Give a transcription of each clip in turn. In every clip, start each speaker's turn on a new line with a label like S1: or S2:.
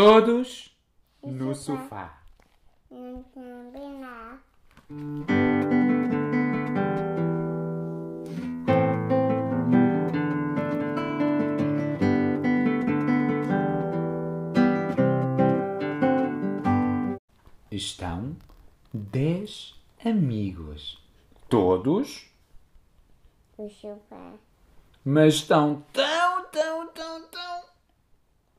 S1: Todos
S2: No
S1: no
S2: sofá.
S1: sofá.
S2: Não combinar.
S1: Estão dez amigos. Todos,
S2: O sofá.
S1: mas estão tão, tão, tão, tão.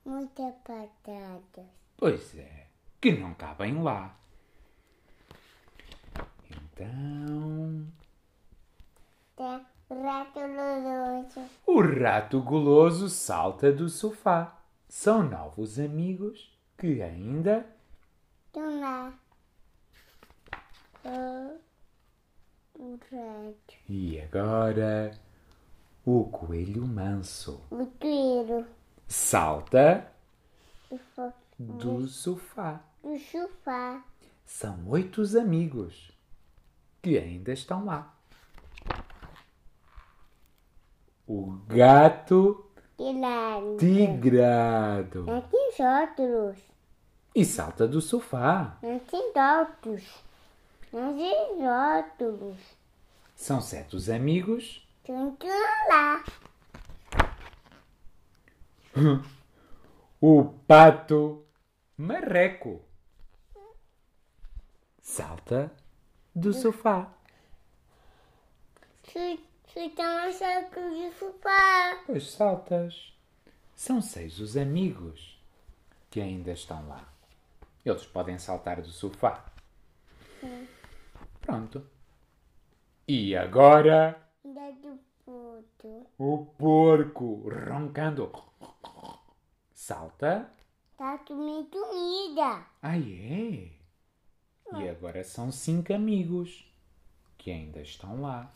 S2: Muito apertado.
S1: Pois é, que não cabem lá. Então.
S2: Tem rato loroso.
S1: O rato guloso salta do sofá. São novos amigos que ainda.
S2: Do lá. O, o rato.
S1: E agora. O coelho manso
S2: O tiro.
S1: salta
S2: O, fo-
S1: do sofá.
S2: o sofá.
S1: São oito amigos que ainda estão lá. O gato
S2: De lado.
S1: tigrado.
S2: Não tem outros.
S1: E salta do sofá.
S2: Não tem outros. Não tem outros.
S1: São sete os amigos.
S2: Tem que ir lá.
S1: O pato marreco salta do sofá.
S2: Se, se tem um saco de sofá.
S1: Pois saltas. São seis os amigos que ainda estão lá. Eles podem saltar do sofá. Pronto. E agora
S2: Da do puto.
S1: o porco roncando salta.
S2: Tá comendo comida.
S1: Ai é? E agora são cinco amigos que ainda estão lá.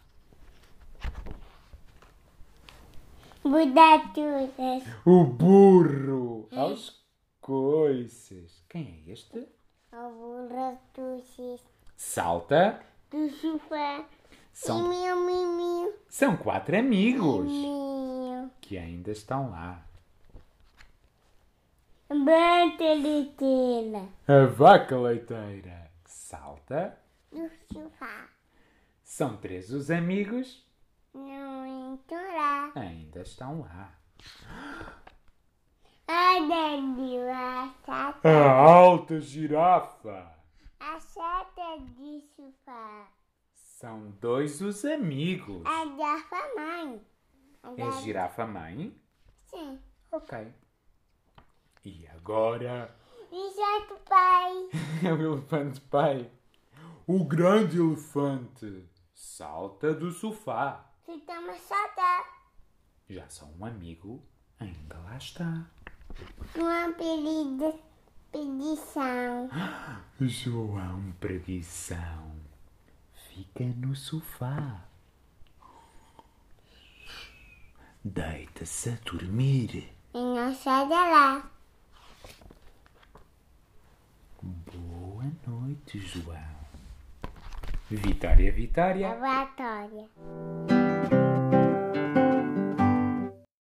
S2: Mudar tudo.
S1: O burro aos coices. Quem é este?
S2: A burra tuxes.
S1: Salta.
S2: Do sofá.
S1: São,
S2: Miu, miu, miu.
S1: são quatro amigos
S2: Miu.
S1: que ainda estão lá.
S2: Banta litela.
S1: A vaca leiteira salta.
S2: Do sofá.
S1: São três os amigos
S2: Não entrar.
S1: ainda estão lá.
S2: Olha ali a chata.
S1: A alta girafa.
S2: A chata é de sofá.
S1: São dois os amigos.
S2: A garrafa mãe. A
S1: É
S2: garrafa-
S1: girafa mãe?
S2: Sim.
S1: Ok. E agora?
S2: E já do pai.
S1: É o elefante pai. O grande elefante salta do sofá.
S2: Se toma chata.
S1: Já só um amigo ainda lá está.
S2: Com Um apelido. Pedição.
S1: João Preguição fica no sofá. Deita-se a dormir.
S2: E não sai de lá.
S1: Boa noite, João. Vitória, Vitória.
S2: Lavatória.